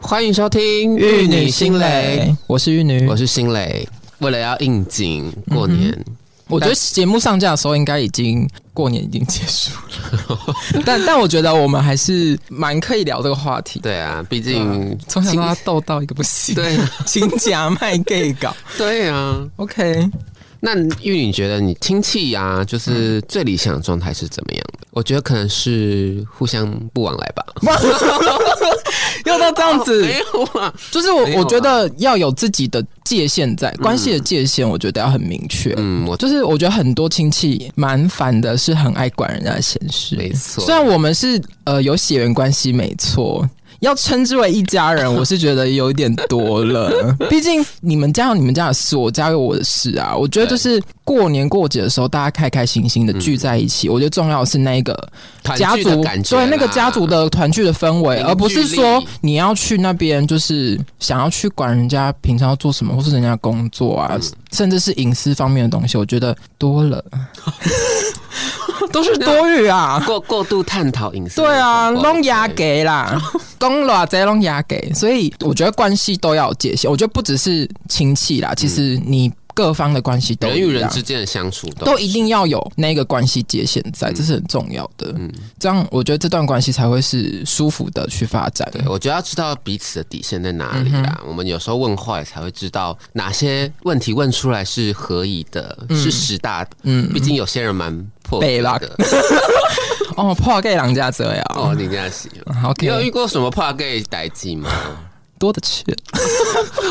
欢迎收听《玉女心蕾》，嗯我是玉女。我是心蕾。为了要应景过年，我觉得节目上架的时候，应该已经过年已经结束 了，但但我觉得我们还是蛮可以聊这个话题。对啊，毕竟从小到大斗到一个不行，对啊，亲家卖 gay 搞对啊。 ，OK，那玉女觉得你亲戚啊，嗯就是最理想的状态是怎么样的？我觉得可能是互相不往来吧。又到这样子，没有啊，就是我没有啊我觉得要有自己的界限在，关系的界限，我觉得要很明确。嗯，我就是我觉得很多亲戚蛮烦的，是很爱管人家的闲事。没错虽然我们是呃有血缘关系，没错。要称之为一家人，我是觉得有一点多 了。毕竟你们家有你们家的事，我家有我的事啊。我觉得就是过年过节的时候，大家开开心心的聚在一起，我觉得重要的是那个嗯团家聚的族感觉啦对那个家 族的团聚的氛围，凝聚而不是说力你要去那边就是想要去管人家平常要做什么，或是人家工作啊，嗯甚至是隐私方面的东西，我觉得多了都是多余啊。过过度探讨隐私的对状啊，况。弄牙对 给啦，公了贼弄牙给，所以我觉得关系都要有界限。我觉得不只是亲戚啦，其实你各方的关系都嗯人与一人样之间的相处都都一定要有那个关系界限嗯在，这是很重要的。这样我觉得这段关系才会是舒服的去发展。对，我觉得要知道彼此的底线在哪里嗯啦。我们有时候问话也才会知道哪些问题问出来是合宜的，是实大的。嗯嗯，毕竟有些人蛮破北啦的。哦，破 gay 狼家这样，哦，你这样洗。 好你有遇 gay 过什么怕 gay 代际吗？ 多的去。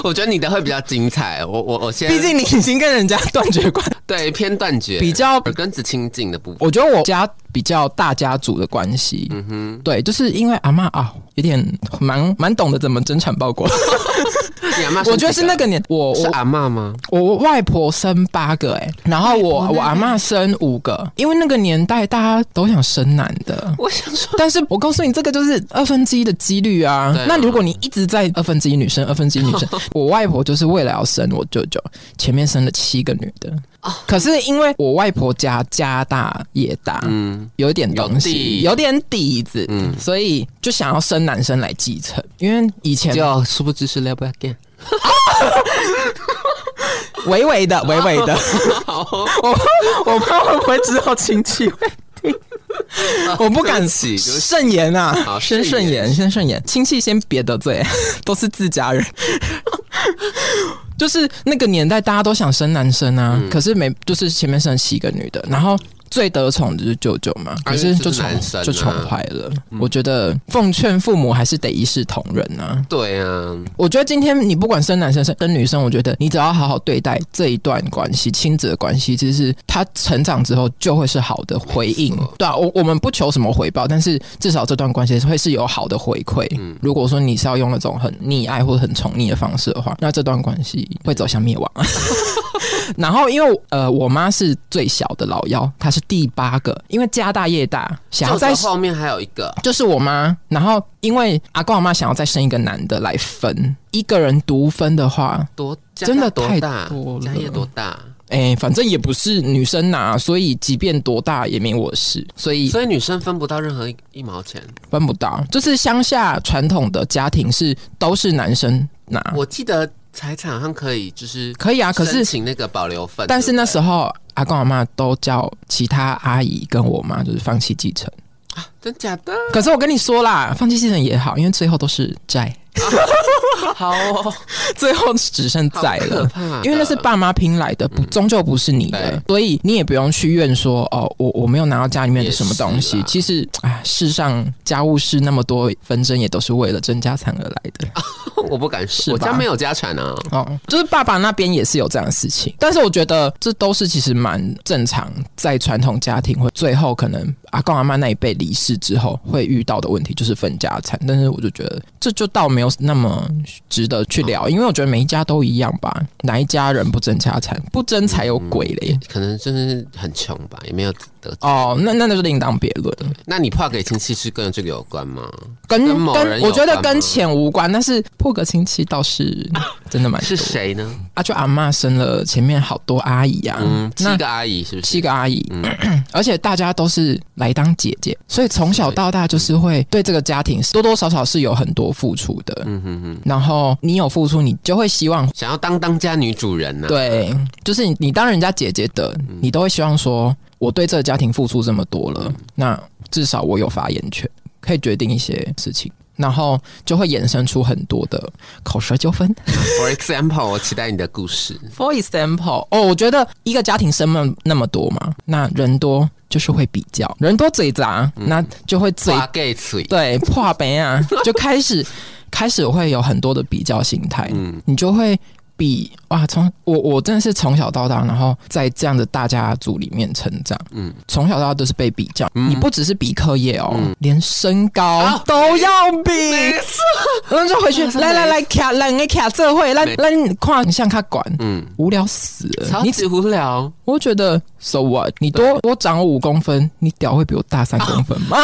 我觉得你的会比较精彩。我我我先，毕竟你已经跟人家断绝关， 对偏断绝，比较耳根子清净的部分。我觉得我家比较大家族的关系，嗯哼，对，就是因为阿嬷啊、有点蛮蛮懂得怎么争产报国。你阿妈，我觉得是那个年，我是我阿嬷吗？我我外婆生八个哎、然后我我阿嬷生五个，因为那个年代大家都想生男的，我想说，但是我告诉你，这个就是二分之一的几率啊。对啊那如果你一直在二分之一女生，二分之一女 生，我外婆就是为了要生我舅舅，前面生了七个女的。哦可是因为我外婆家家大业大，嗯，有一点东有西，地嗯有点底子，所以就想要生男生来继承。因为以前就殊不知是 l e v e again。微微哦的，微 微的。我我怕会不会知道亲戚会听？我不啊对敢不起对不起慎言啊，好先慎慎言言，先慎言，亲戚先别得罪，都是自家人。就是那个年代，大家都想生男生啊，嗯可是没，就是前面生七个女的，然后最得宠的就是舅舅嘛，啊可是就因为是宠、男生啊嗯就宠坏了。我觉得奉劝父母还是得一视同仁啊。对啊，我觉得今天你不管生男生生生女生，我觉得你只要好好对待这一段关系，亲子的关系，其实他成长之后就会是好的回应没错。对啊，我我们不求什么回报，但是至少这段关系会是有好的回馈。如果说你是要用那种很溺爱或者很宠溺的方式的话，那这段关系会走向灭亡。 然后，因为呃，我妈是最小的老幺，她是第八个，因为家大业大，想要就在在后面还有一个，就是我妈，然后因为阿公阿妈想要再生一个男的来分，一个人独分的话，多家真大的多太大多？了家业多大？哎、反正也不是女生拿、所以即便多大也没我事，所以所以女生分不到任何一一毛钱。分不到。就是乡下传统的家庭是都是男生拿，我记得财产上可以就是可啊以啊，可是申请那个保留份，但是对那不对时候阿公阿妈都叫其他阿姨跟我妈就是放弃继承，真假 的可是我跟你说啦，放弃继承也好，因为最后都是债，好哦， 最后只剩债好了可。怕，因为那是爸妈拼来的，不终究不是你的啊对，所以你也不用去怨说哦，我我没有拿到家里面的什么东也是西啦。其实啊，世上家务事那么多纷争，也都是为了争家产而来的。 我不敢试，吧我家没有家产啊。哦，就是爸爸那边也是有这样的事情，但是我觉得这都是其实蛮正常，在传统家庭会最后可能阿公阿妈那一辈离世之后会遇到的问题就是分家产，但是我就觉得这就倒没有那么值得去聊，因为我觉得每一家都一样吧，哪一家人不争家产，不争才有鬼嘞。可能真的是很穷吧，也没有得罪。哦，那那那就另当别论，那你破给亲戚是跟这个有关吗？跟跟某人有我觉得关吗跟钱无关，但是破个亲戚倒 是真的蛮是多谁呢？啊，就阿嬷生了前面好多阿姨啊，嗯，七那个阿姨是不是？七个阿姨，嗯 而且大家都是来当姐姐，所以从小到大就是会对这个家庭多多少少是有很多付出的。嗯哼哼，嗯然后你有付出，你就会希望，想要当当家女主人啊呢、，对，就是你你当人家姐姐的，嗯你都会希望说，我对这个家庭付出这么多了，那至少我有发言权，可以决定一些事情。然后就会衍生出很多的口舌纠纷。 For example，我期待你的故事。 For example，哦，我觉得一个家庭生那那么多嘛，那人多就是会比较，人多嘴杂，嗯那就会嘴、花 gay 嘴，对破杯啊，就开始开始会有很多的比较心态，嗯你就会。比哇，从我我真的是从小到大，然后在这样的大家族里面成长，嗯，从小到大都是被比较，你不只是比课业哦，连身高嗯啊都要比，然后就 回去真的来来来卡，来你卡这会，来没来你跨你向他管，嗯，无聊死了。超你级无 聊。我觉得 so what？你多多长我五公分，你屌会比我大三公分 啊吗？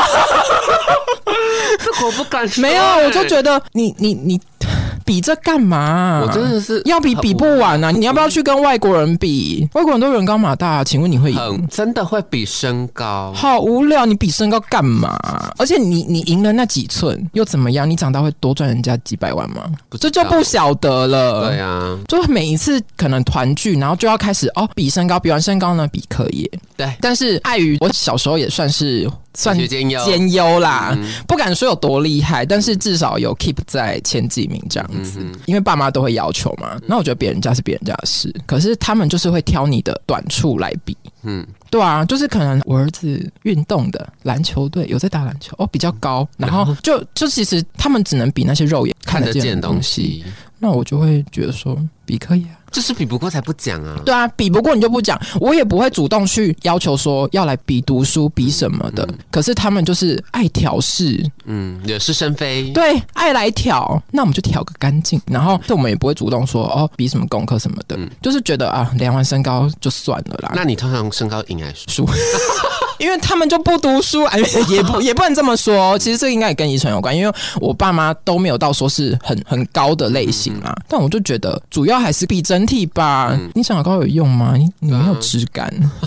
这个我不敢说 欸没有，我就觉得你你你 比这干嘛、我真的是嗯要比比不完啊！你要不要去跟外国人比？外国人都人高马大、请问你会赢？很真的会比身高。好无聊，你比身高干嘛？而且你你赢了那几寸又怎么样？你长大会多赚人家几百万吗？不知这道就不嗯晓得了。对啊，就每一次可能团聚，然后就要开始哦，比身高，比完身高呢，比课业。对，但是碍于我小时候也算是算学兼优兼优啦，不敢说有多厉害，但是至少有 keep 在前几名这样子。因为爸妈都会要求嘛，那我觉得别人家是别人家的事，可是他们就是会挑你的短处来比。嗯，对啊，就是可能我儿子运动的篮球队有在打篮球哦，比较高，然后就就其实他们只能比那些肉眼看看得得见见的东东西，西，那我就会觉得说比可以啊。就是比不过才不讲啊。对啊，比不过你就不讲，我也不会主动去要求说要来比读书、比什么的。可是他们就是爱挑事，嗯，惹是生非。对，爱来挑，那我们就挑个干净。然后我们也不会主动说哦，比什么功课什么的，就是觉得啊，量完身高就算了啦。那你通常身高赢还是输？书，因为他们就不读书，哎，也不也不能这么说。哦其实这应该也跟遗传有关，因为我爸妈都没有到说是很很高的类型啦。但我就觉得主要还是比整体吧。你长得高有用吗？你你没有质感，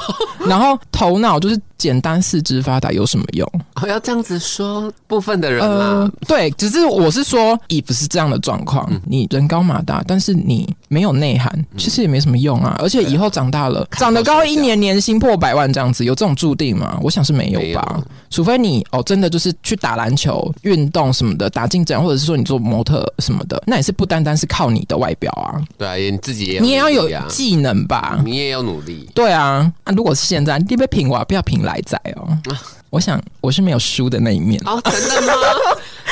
然后头脑就是简单四肢发达有什么用？哦，要这样子说部分的人呃啦，，对，只是我是说，也不是这样的状况。嗯你人高马大，但是你没有内涵，其实也没什么用啊。而且以后长大了，看长得到高手一脚年年薪破百万这样子，有这种注定吗？我想是没有没吧有。除非你哦，真的就是去打篮球、运动什么的，打竞争，或者是说你做模特什么的，那也是不单单是靠你的外表啊，对啊，也你自己也你也要有努力啊，技能吧。你也要努力。对啊，啊如果是现在，你被评我不要评来仔 哦。我想我是没有输的那一面，哦，真的 吗？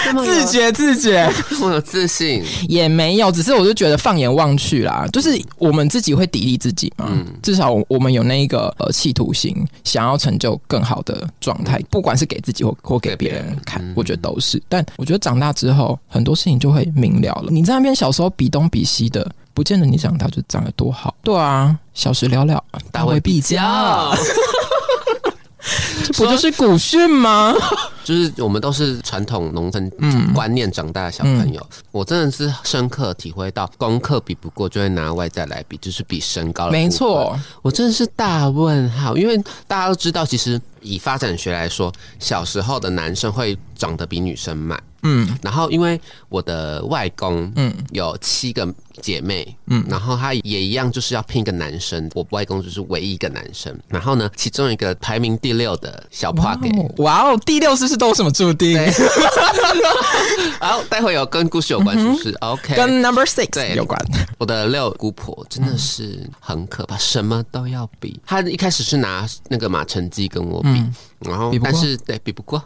这么有自觉自觉。这么有自信，也没有，只是我就觉得放眼望去啦，就是我们自己会砥砺自己嘛，至少我们有那一个呃企图心，想要成就更好的状态，不管是给自己或或嗯给别人嗯看，我觉得都是。但我觉得长大之后，很多事情就会明了了。你在那边小时候比东比西的。不见得你长大就长得多好，对啊，小时了了，大为必佳，较，这不就是古训吗？ 就是我们都是传统农村嗯观念长大的小朋友，我真的是深刻体会到，功课比不过就会拿外在来比，就是比身高。没，错，我真的是大问号，因为大家都知道，其实以发展学来说，小时候的男生会长得比女生慢。嗯然后因为我的外公，嗯嗯，有七个姐妹，嗯嗯，然后他也一样就是要拼一个男生，我外公就是唯一一个男生。然后呢，其中一个排名第六的小帕给，哇哦，第六次是都有什么注定？然后待会有跟故事有关，是不是、o k 跟 Number Six 对有关。我的六姑婆真的是很可怕，什么都要比。她一开始是拿那个马成绩跟我比，然后比不过但是对比不过。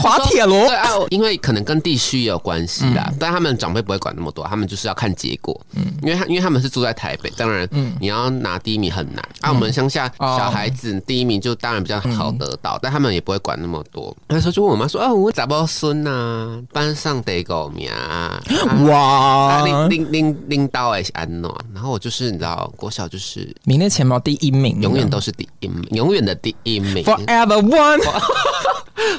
滑铁卢对。啊，因为可能跟地区也有关系啦，但他们长辈不会管那么多，他们就是要看结果。嗯，因为他因为他们是住在台北，当然，你要拿第一名很难。啊，我们乡下哦小孩子第一名就当然比较好得到，但他们也不会管那么多。那时候就问我妈说：“哦，我找不到孙呐，班上得狗名啊。啊”啊，哇拎！拎拎拎刀哎，安诺，然后我就是你知道，国小就是名列前茅第一名，永远都是第一名，永远的第一名。 forever one。啊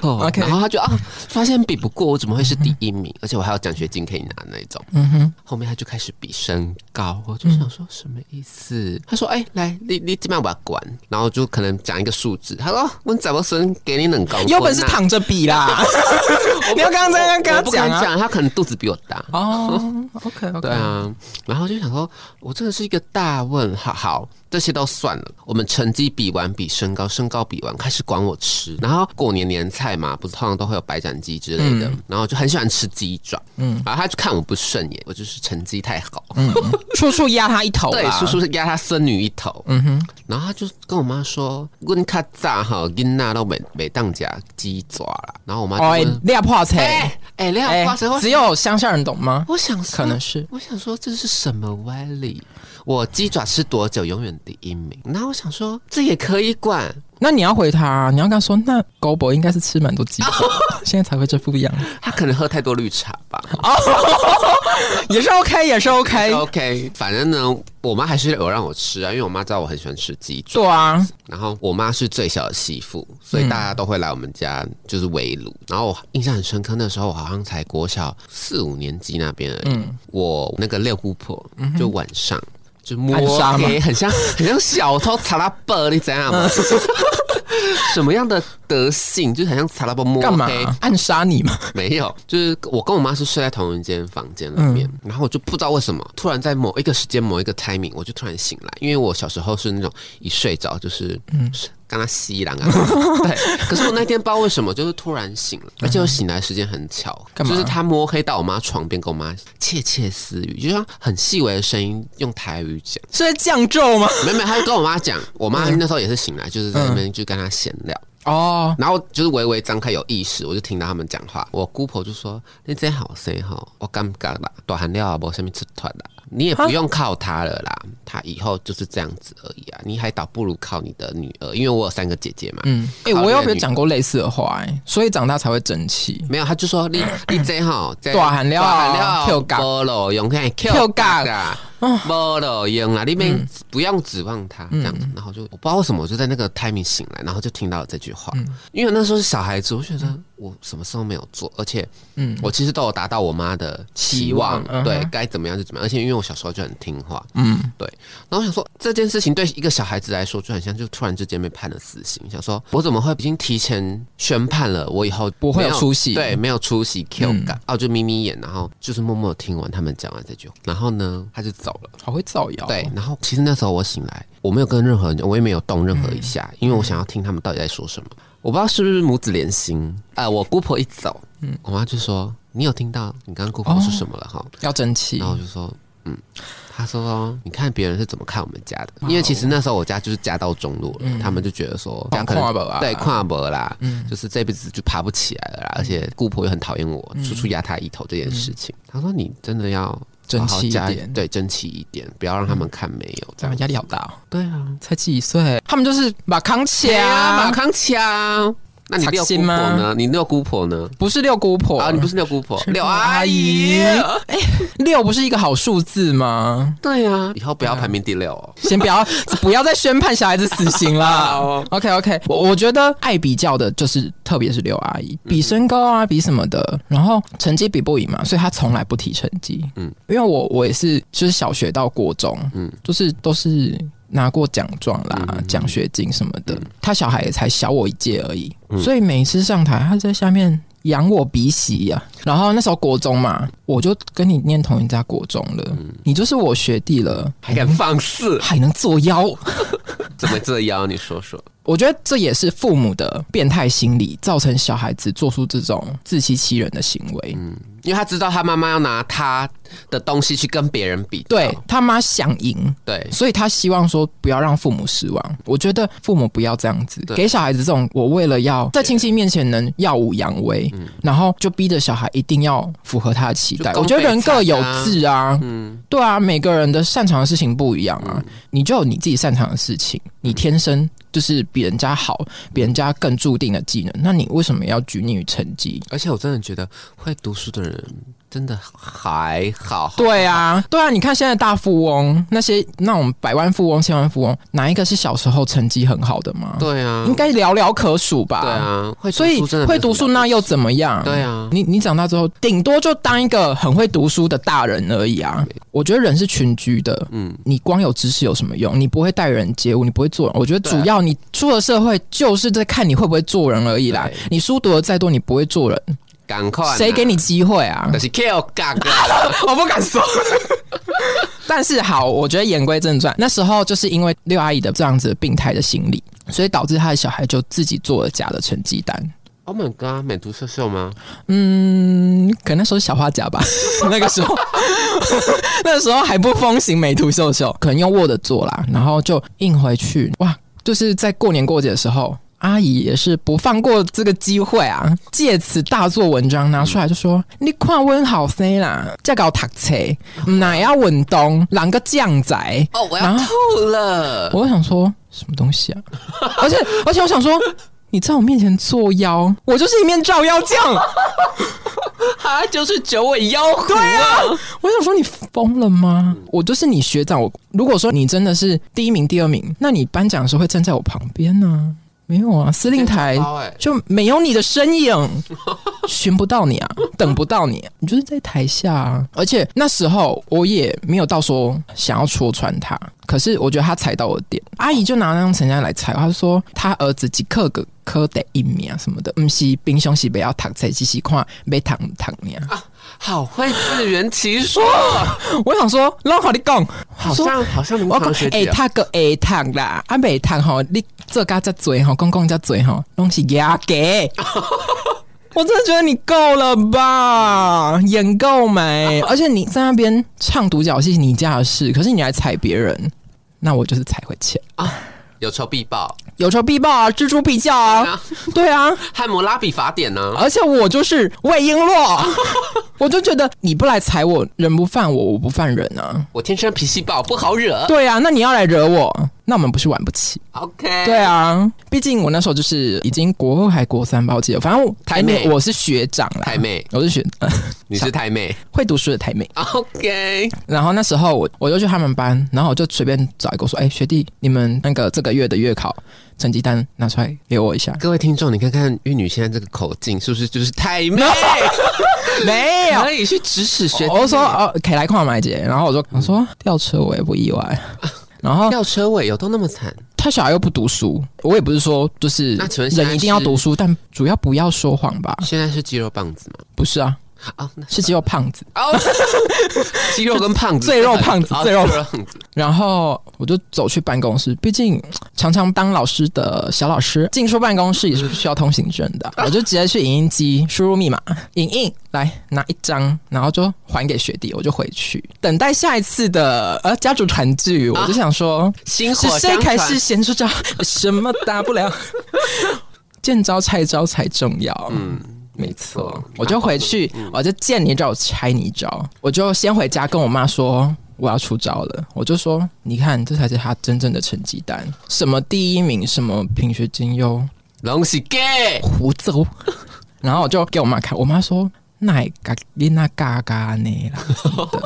哦 OK 然后他就啊，发现比不过，我怎么会是第一名？而且我还有奖学金可以拿那种。嗯哼，后面他就开始比身高，我就想说什么意思？他说：“哎、来，你你今晚把管。”然后就可能讲一个数字，他说哦：“我怎么生给你冷高？”有本事躺着比啦！你要刚刚这样跟 我他不讲敢啊。讲，他可能肚子比我大。 哦，OK 对 OK，啊，然后就想说，我真的是一个大问号。好，这些都算了，我们成绩比完，比身高，身高比完，开始管我吃。然后过年年菜嘛，不是通常都会有白斩鸡之类的，然后就很喜欢吃鸡爪。嗯，然后他就看我不顺眼，我就是成绩太好。处处压他一头对，啦叔。叔是压他孙女一头。嗯哼，然后他就跟我妈说，阮较早吼，囡仔都每每当食鸡爪啦。然后我妈就哦，哎问，亮破菜，哎哎，你好，花生花只有乡下人懂吗？我想说可能是我想说这是什么歪理？我鸡爪吃多久永远第一名？然后我想说这也可以管，那你要回他、啊，你要跟他说，那狗博应该是吃蛮多 鸡爪，哦现在才会这副样，他可能喝太多绿茶吧。也是 OK，也是 OK。 OK，反正呢，我妈还是有让我吃啊，因为我妈知道我很喜欢吃鸡爪。对啊，然后我妈是最小的媳妇，所以大家都会来我们家就是围炉。然后我印象很深刻，那时候我好像才国小四五年级那边而已。嗯我那个六姑婆就晚上。就摸暗杀吗黑，很像很像小偷查拉伯，你怎样 吗？什么样的德性，就是很像查拉伯摸干嘛黑，暗杀你嘛？ 没有，就是我跟我妈是睡在同一间房间里面，嗯然后我就不知道为什么，突然在某一个时间、某一个 timing，我就突然醒来，因为我小时候是那种一睡着就是嗯。跟他吸狼啊， 对。可是我那天不知道为什么，就是突然醒了，而且我醒来时间很巧，干嘛就是他摸黑到我妈床边，跟我妈窃窃私语，就像很细微的声音，用台语讲。是在降咒吗？没有没有，他就跟我妈讲，我妈嗯那时候也是醒来，就是在那边就跟他闲聊。哦，然后就是微微张开有意识，我就听到他们讲话。我姑婆就说：“你这好谁吼，我尴尬啦，大含料啊，无下面吃团啦，你也不用靠他了啦，他以后就是这样子而已啊，你还倒不如靠你的女儿，因为我有三个姐姐嘛。”嗯，哎、我有没有讲过类似的话、哎，所以长大才会争气。没有，他就说你你这吼，这大汉了大汉了，扣角无路用，嘿，扣角嗯啊，无路用啊，你们不用指望他这样子。然后就我不知道为什么，我就在那个 timing 醒来，然后就听到这句嗯话，因为那时候是小孩子，我觉得我什么事都没有做，而且嗯，我其实都有达到我妈的期望期望嗯，哼对，该怎么样就怎么样，而且因为我小时候就很听话，嗯，对，然后我想说这件事情对一个小孩子来说就很像，就突然之间被判了死刑。想说我怎么会已经提前宣判了？我以后不会有没出息对，没有出息 Q 嗯感。哦、我就眯眯眼，然后就是默默地听完他们讲完这句话，然后呢他就走了。好会造谣。对，，然后其实那时候我醒来，我没有跟任何人，我也没有动任何一下，因为我想要听他们到底在说什么。我不知道是不是母子连心。呃，我姑婆一走，嗯，哦我妈就说：“你有听到你刚刚姑婆说什么了？”哈、要争气然。后我就说，嗯，他说，你看别人是怎么看我们家的？因为其实那时候我家就是家道中落了，他们就觉得说，放可能跨步啊对，跨博啦，就是这辈子就爬不起来了啦。而且姑婆又很讨厌我，处处压他一头这件事情。他说，你真的要。争气一点对，嗯争气一点，不要让他们看没有这这样样。压力好大哦，对啊，才几岁，他们就是把扛起对啊，马啊，康强。那你六插姑心婆吗呢？你六姑婆呢？不是六姑婆啊，你不是六哎姑婆，六阿阿姨姨。六不是一个好数字吗？对啊，以后不要排名第六哦。先不要 不要再宣判小孩子死刑好啦哦。 OK OK，我我觉得爱比较的就是，特别是刘阿姨，嗯比身高啊，比什么的，然后成绩比不赢嘛，所以她从来不提成绩。嗯嗯，因为我我也是，就是小学到国中，嗯嗯，就是都是。拿过奖状啦、奖、学金什么的，嗯他小孩也才小我一届而已，所以每一次上台，他在下面扬我鼻息呀、然后那时候国中嘛，我就跟你念同一家国中了，你就是我学弟了，嗯还敢放肆？还能作妖。怎么这样？你说 说。我觉得这也是父母的变态心理，造成小孩子做出这种自欺欺人的行为。因为他知道他妈妈要拿他的东西去跟别人比较，对他妈想赢，对，所以他希望说不要让父母失望。我觉得父母不要这样子对给小孩子这种，我为了要在亲戚面前能耀武扬威，然后就逼着小孩一定要符合他的期待。嗯就我功觉得人各有倍惨啊志啊，嗯，对啊，每个人的擅长的事情不一样啊，你就有你自己擅长的事情，你天生。就是比人家好，比人家更注定的技能，那你为什么要拘泥于成绩？而且我真的觉得会读书的人真的还好，对啊，对啊，你看现在大富翁那些那种百万富翁、千万富翁，哪一个是小时候成绩很好的吗？对啊，应该寥寥可数吧。对，啊，会所以读书真的没会什么读书了那不又起怎么样？对啊，你你长大之后，顶多就当一个很会读书的大人而已啊。我觉得人是群居的，嗯，你光有知识有什么用？你不会待人接物，你不会做人。我觉得主要你出了社会，就是在看你会不会做人而已啦对。你书读的再多，你不会做人，赶快，谁给？你机会啊可？是 kill 嘎嘎，我不敢说。 但是好，我觉得言归正传，那时候就是因为六阿姨的这样子的病态的心理，所以导致她的小孩就自己做了假的成绩单。 Oh my god，美图秀秀吗？嗯，可能那时候是小画家吧， 那个时候，那时候还不风行美图秀秀，可能用 Word 做啦，然后就印回去。哇，就是在过年过节的时候，阿姨也是不放过这个机会啊，借此大做文章，拿出来就说：“你看温好生啦，这搞读册，哪要稳东，啷个酱仔。”哦，我然要后吐了，我想说什么东西啊？ 而且而且我想说，你在我面前作妖，我就是一面照妖镜。 他就是九尾妖狐啊！我想说你疯了吗？我就是你学长，我如果说你真的是第一名、第二名，那你颁奖的时候会站在我旁边呢、没有啊，司令台包哎就没有你的身影，寻不到你啊，等不到你，你就是在台下、啊。而且那时候我也没有到说想要戳穿他，可是我觉得他踩到我的点，阿姨就拿那张成绩单来踩我，她说她儿子几克个科得一名啊什么的，不是冰箱是不要躺在机器看，没躺躺你啊。好会自圆其说，我想说，让好你讲，好像好像林我哎长讲学会姐哦，读个会读啦，啊袂读吼，你做家遮嘴吼，公公遮嘴吼，拢是牙 给。我真的觉得你够了吧，演够没？而且你在那边唱独角戏，你家的事，可是你来踩别人，那我就是踩回去，有仇必报，有仇必报啊，知蛛必较啊，啊对啊。汉谟拉比法典呢？而且我就是魏璎珞， 我就觉得你不来踩我，人不犯我，我不犯人啊。我天生脾气暴，不好惹。对啊，那你要来惹我，那我们不是玩不起？ OK，对，啊，毕竟我那时候就是已经国二还国三吧，我记得，反正我台妹我是学长啦，台妹我是学、呃你是太妹。会读书的台妹。 OK，然后那时候我我就去他们班，然后我就随便找一个我说，哎、学弟，你们那个这个月的月考成绩单拿出来给 。我一下各位听众，你看看玉女现在这个口径，是不是就是太妹？没有。可以去指使学弟我就说哦，可以来看买姐，然后我就我说吊车我也不 意外，然后吊车尾有都那么惨，他小孩又不读书，我也不是说就是那请问现在人一定要是读书，但主要不要说谎吧？现在是肌肉棒子吗？不是啊，啊，那是只有胖子。哦， 肌肉跟胖子，赘肉胖子啊赘肉胖子，然后我就走去办公室，毕竟常常当老师的小老师进出办公室也是需要通行证的。我就直接去影印机输入密码，影印来拿一张，然后就还给学弟，我就回去等待下一次的呃家族团聚。我就想说，薪是哎火谁相开传始。先出招， 什么大不了，见招拆招才重要。嗯。没错错，嗯我就回去，我就见你一招，我拆你一招，我就先回家跟我妈说我要出招了。我就说，你看，这才是他真正的成绩单，什么第一名，什么品学兼优，龙是 gay，胡诌。 然后我就给我妈看，我妈说。那嘎你那嘎嘎呢啦，什么 的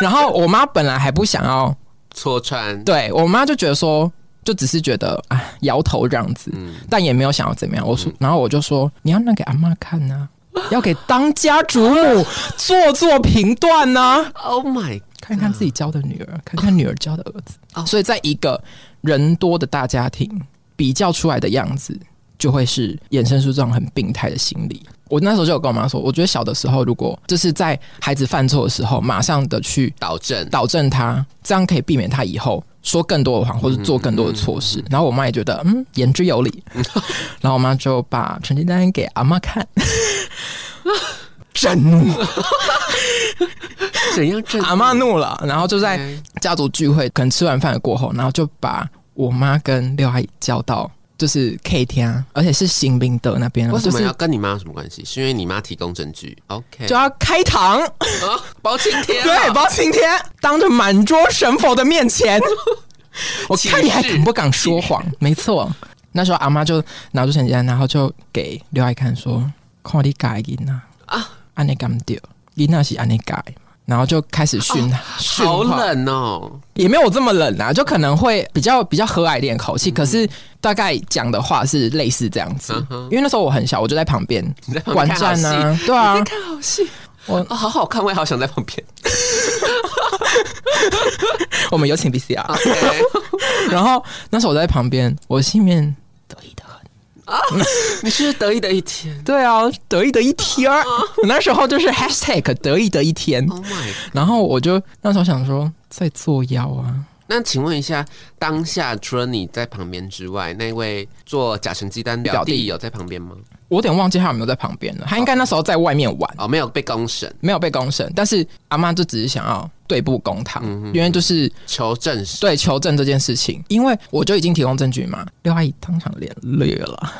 然后我妈本来还不想要戳穿，对我妈就觉得说，就只是觉得啊，摇头这样子，但也没有想要怎么样。我说，然后我就说，你要拿给阿妈看呐、 要给当家主母做做评断呐、 Oh my，看看自己教的女儿，看看女儿教的儿子。哦所以，在一个人多的大家庭，比较出来的样子，就会是衍生出这种很病态的心理。我那时候就有跟我妈说，我觉得小的时候，如果就是在孩子犯错的时候，马上的去导正，导正他，这样可以避免他以后说更多的谎或者做更多的错嗯事。然后我妈也觉得，嗯 嗯，言之有理。然后我妈就把成绩单给阿妈看，震怒，怎样正阿妈怒了。然后就在 OK 家族聚会，可能吃完饭过后，然后就把我妈跟六阿姨叫到就是 K 天啊，而且是新兵的那边哦，为什就么是要跟你妈有什么关系？是因为你妈提供证据，OK？就要开堂，啊，包青天啊，对，包青天当着满桌神佛的 面前，我起看你还誓敢不敢说谎？没错，那时候阿妈就拿出钱钱，然后就给刘爱看说：“看你改音呐啊啊，安尼敢丢，音那是安尼改。”然后就开始训啊训好话，冷哦，也没有这么冷啊，就可能会比较比较和蔼一点的口气，可是大概讲的话是类似这样子。嗯哼因为那时候我很小，我就在旁边你在旁边观看好战戏，啊，对你啊在，看好戏，我哦，好好看，我也好想在旁边。我们有请 VCR。 OK， 然后那时候我在旁边，我心里面得意的很。你是不是得意的一天对啊，得意的一天儿。我那时候就是 hashtag 得意的一天。 ，Oh my！God 然后我就那时候想说，在作妖啊，那请问一下，当下除了你在旁边之外，那位做假成鸡蛋表表弟弟有在旁边吗？我有点忘记他有没有在旁边了。他应该那时候在外面玩，哦，没有被公审，没有被公审。但是阿妈就只是想要对簿公堂，因为就是求证是对求证这件事情，因为我就已经提供证据嘛。六阿姨当场脸绿了，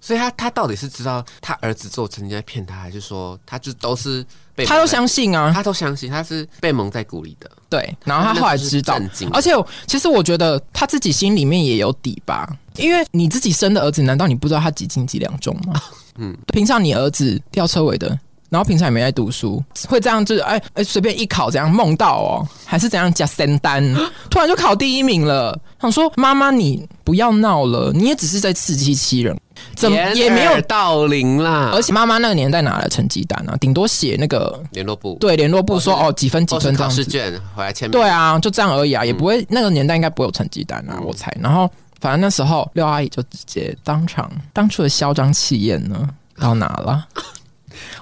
所以他他到底是知道他儿子做成绩在骗他，还是说他就都是被她都蒙在相信啊，他都相信他是被蒙在鼓里的，对，然后他后来知道那就是震惊，而且我其实我觉得他自己心里面也有底吧，因为你自己生的儿子，难道你不知道他几斤几两重吗？嗯嗯，平常你儿子吊车尾的。然后平常也没在读书，会这样就是哎哎随便一考怎样梦到哦，还是怎样加三单，突然就考第一名了。想说妈妈你不要闹了，你也只是在自欺欺人，怎么掩也没有耳。盗铃啦，而且妈妈那个年代哪来的成绩单啊？顶多写那个联络部对联络部说哦几分几或是分这考样子试。卷回来签名对，啊，就这样而已啊，也不会、那个年代应该不会有成绩单啊，我猜。然后反正那时候六阿姨就直接当场当初的嚣张气焰呢到哪了，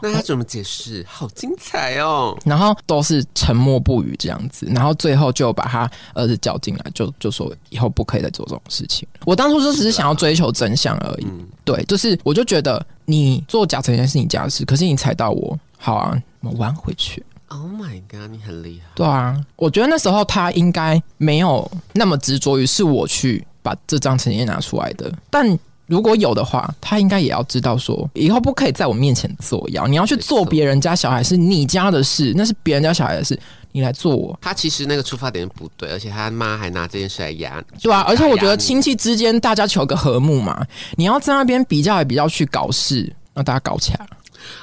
那他怎么解释？好精彩哦！然后都是沉默不语这样子，然后最后就把他儿子叫进来，就就说以后不可以再做这种事情。我当初就只是想要追求真相而已，对，就是我就觉得你做假成人是你家的事，可是你踩到我，好啊，我玩回去。 Oh my god，你很厉害。对啊，我觉得那时候他应该没有那么执着于是我去把这张成绩拿出来的，但。如果有的话，他应该也要知道说，以后不可以在我面前作妖。你要去做别人家小孩是你家的事，那是别人家小孩的事，你来做我，他其实那个出发点不对，而且他妈还拿这件事来压，对啊。而且我觉打压得你亲戚之间大家求个和睦嘛，你要在那边比较来比较去搞事，让大家搞起来，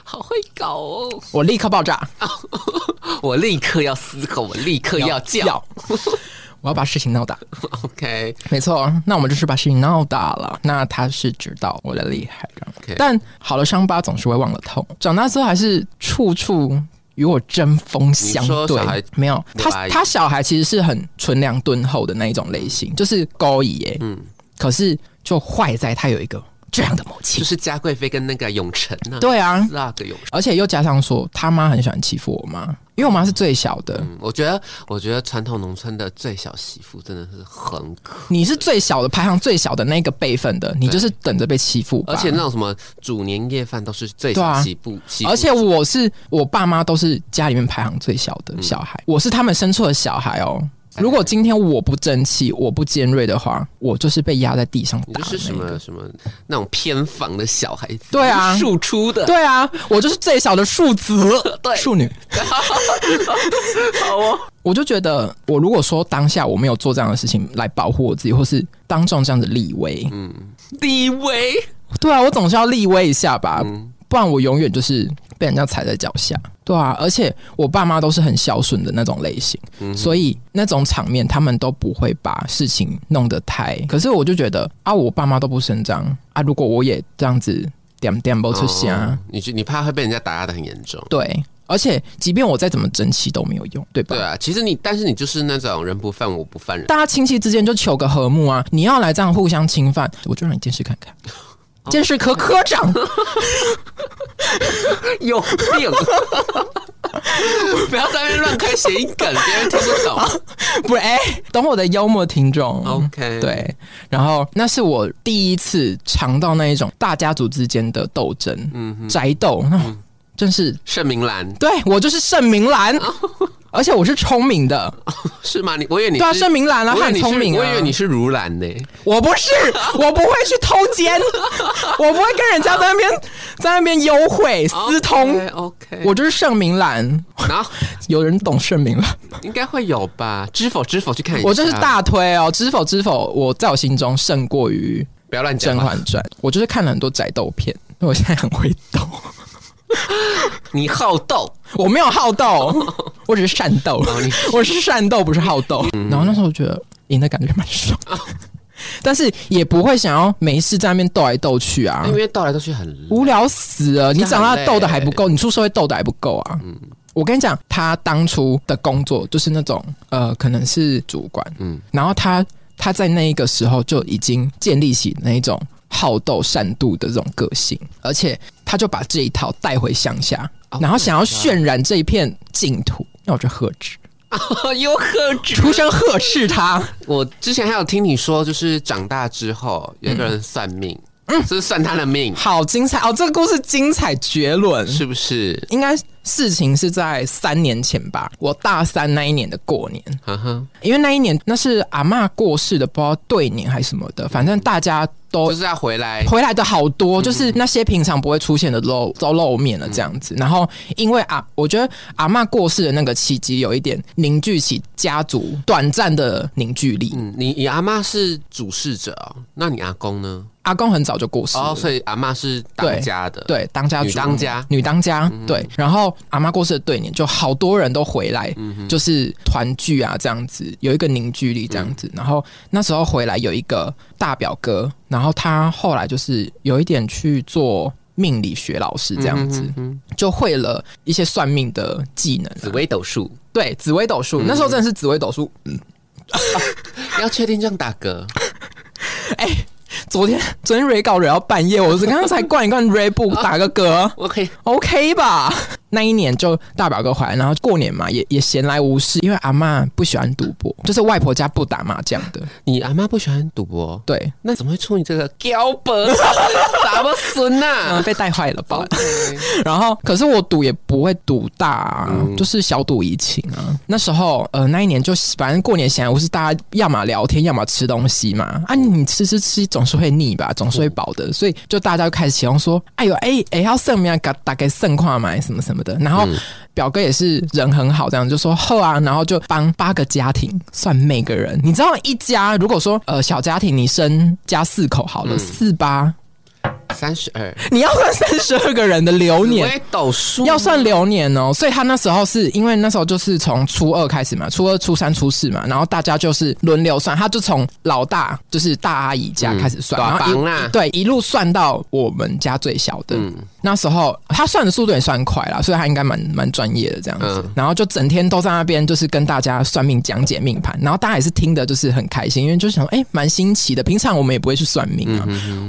好会搞哦！我立刻爆炸，我立刻要嘶吼，我立刻呃要叫。 要我要把事情闹大。 OK，没错，那我们就是把事情闹大了。那他是知道我的厉害这样 OK 但好了，伤疤总是会忘了痛。长大之后还是处处与我针锋相你说对小孩。没有我阿他，姨他小孩其实是很纯良敦厚的那一种类型，就是高一耶。嗯，可是就坏在他有一个这样的母就亲。是嘉贵妃跟那个永成呢、对啊，那个永成。而且又加上说他妈很喜欢欺负我妈，因为我妈是最小的，嗯，我觉得，我觉得传统农村的最小媳妇真的是很可，你是最小的排行最小的那个辈分的，你就是等着被欺负吧。而且那种什么煮年夜饭都是最对小啊媳妇，媳妇而且我是我爸妈都是家里面排行最小嗯的小孩，我是他们生出的小孩哦。哎如果今天我不争气，我不尖锐的话，我就是被压在地上你打就的是什那个。么什么那种偏房的小孩子，对啊庶出的，对啊，我就是最小的庶子， 对庶女。好哦，我就觉得，我如果说当下我没有做这样的事情来保护我自己，或是当众这样子立威，嗯李维，对啊，我总是要立威一下吧，嗯不然我永远就是被人家踩在脚下。对啊，而且我爸妈都是很孝顺的那种类型，所以那种场面他们都不会把事情弄得太。可是我就觉得啊，我爸妈都不声张啊，如果我也这样子点点不出声，哦你就你怕会被人家打压的很严重。对，而且即便我再怎么争气都没有用，对吧？对啊，其实你，但是你就是那种人不犯我不犯人， 大家亲戚之间就求个和睦啊！你要来这样互相侵犯，我就让你见识看看。见识科科长，有病！不要在那边乱开谐音梗，别人听不 懂。不是哎、懂我的幽默听众。 OK，，哦对，然后那是我第一次尝到那一种大家族之间的斗争、嗯哼，宅斗，那种真是盛明兰对我就是盛 明兰，而且我是聪明的，是吗？你我以为你对啊，是盛明兰啊，我以他为很你聪是明啊。我以为你是如兰呢、我不 是，我不会去偷奸，我不会跟人家在那边在那边幽会私通。 OK，, 我就是盛明兰，然后有人懂盛明兰，应该会有吧？知否知否去看一下。我就是，大推哦。知否知否，我在我心中胜过于不要乱《甄讲 话。嬛传》，我就是看了很多宅斗片，所以我现在很会斗。 你好斗，我没有好斗，我只是善斗， 我是善斗，不是好斗。然后那时候我觉得赢的感觉蛮爽， 但是也不会想要没事在那边斗来斗去啊，因为斗来斗去很 无聊死了！你长大很累欸嗯斗的还不够，你出社会斗的还不够啊！我跟你讲，他当初的工作就是那种呃，可能是主管，嗯嗯，然后他他在那一个时候就已经建立起那一种好斗善妒的这种个性，而且他就把这一套带回乡下， Oh 然后想要渲染这一片净土，那我就呵斥，有可知。出声呵斥他，我之前还有听你说，就是长大之后有一个人算命，嗯，是算他的命，好精彩哦！这个故事精彩绝伦，是不是？应该事情是在三年前吧，我大三那一年的过年。哈哈，因为那一年那是阿嬷过世的，不知道对年还是什么的，反正大家都就是要回来。回来的好多，就是那些平常不会出现的露都露面了这样子。然后因为啊，我觉得阿嬷过世的那个契机有一点凝聚起家族短暂的凝聚力。嗯，你你阿妈是主事者哦，那你阿公呢？阿公很早就过世了。哦，所以阿妈是当家的，，对，当家女主当家嗯女当家，对。然后阿妈过世的对年，就好多人都回来，嗯就是团聚啊，这样子有一个凝聚力，这样嗯子。然后那时候回来有一个大表哥，然后他后来就是有一点去做命理学老师，这样子、嗯就会了一些算命的技能、紫微斗数，对，紫微斗嗯数，那时候真的是紫微斗数。要确定这样打嗝，昨天昨天 re 稿惹到半夜，我是刚刚才灌一灌 re 布打个嗝。我可以 OK 吧？ 那一年就大表哥回来，然后过年嘛，也也闲来无事，因为阿嬷不喜欢赌博，就是外婆家不打麻将的。你阿妈不喜欢赌博，对，那怎么会出你这个胶 本？怎么孙嗯、呐、被带坏了吧？ OK 然后，可是我赌也不会赌大、啊，就是小赌怡情啊。那时候，呃，那一年就反正过年闲来无事，大家要么聊天，要么吃东西嘛。啊，你吃吃吃，总是会腻吧，总是会饱的，所以就大家就开始起哄说：“哎呦，哎哎，要剩面给打给剩块买什么什么的。”然后表哥也是人很好，这样就说后啊，然后就帮八个家庭算每个人。你知道一家如果说呃小家庭你生家四口好了，四八三十二，你要算三十二个人的流年紫。微斗数要算流年哦，所以他那时候是因为那时候就是从初二开始嘛，初二、初三、初四嘛，然后大家就是轮流算，他就从老大就是大阿姨家开始嗯算，然后一、大房啦对一路算到我们家最小的。嗯那时候他算的速度也算快啦，所以他应该蛮蛮专业的这样子。嗯然后就整天都在那边就是跟大家算命讲解命盘，然后大家也是听的就是很开心，因为就想哎蛮、新奇的，平常我们也不会去算命嗯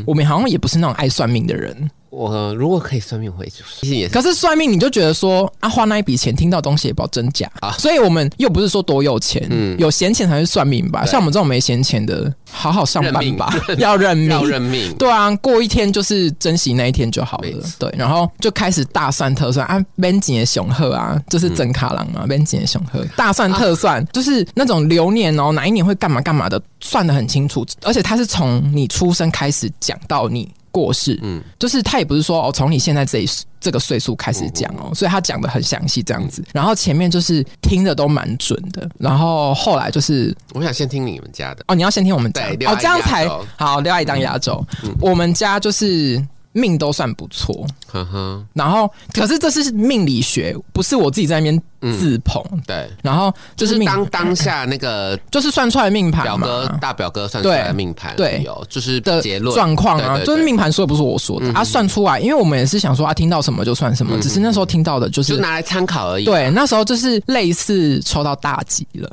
啊，我们好像也不是那种爱算命的人。我如果可以算命，我会就是其实也是可是算命你就觉得说啊，花那一笔钱听到东西也不知道真假啊，所以我们又不是说多有钱，嗯有闲钱才去算命吧。像我们这种没闲钱的，好好上认班命吧， 要认 命，要认命。对啊，过一天就是珍惜那一天就好了没错。对，然后就开始大算特算啊，边景的雄鹤啊，就是整卡郎嘛，边景的雄鹤，大算特算，就是那种流年哦，哪一年会干嘛干嘛的，算的很清楚，而且他是从你出生开始讲到你。过世，嗯嗯，就是他也不是说哦，从你现在这一这个岁数开始讲哦，所以他讲的很详细这样子，然后前面就是听的都蛮准的，然后后来就是我想先听你们家的，哦，你要先听我们家对六哦阿，姨这样才压轴嗯好。六阿姨当压轴，我们家就是命都算不错，呵呵，然后可是这是命理学，不是我自己在那边自捧。对，然后嗯就就是是命，当当下那个就是算出来的命表 盘哥嘛大表哥算出来的命盘对对有，就是的结论状况对对啊，嗯对就是命盘说的不是我说的啊，算出来，因为我们也是想说啊，听到什么就算什嗯么，只是那时候听到的就。就是啊拿来参考而已。对，那时候就是类似抽到大吉了，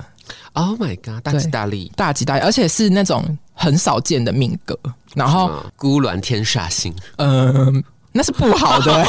，Oh my god，大吉对大利，大吉大吉，而且是那种很少见的命格，然后嗯孤鸾天煞星，呃 嗯，那是不好的、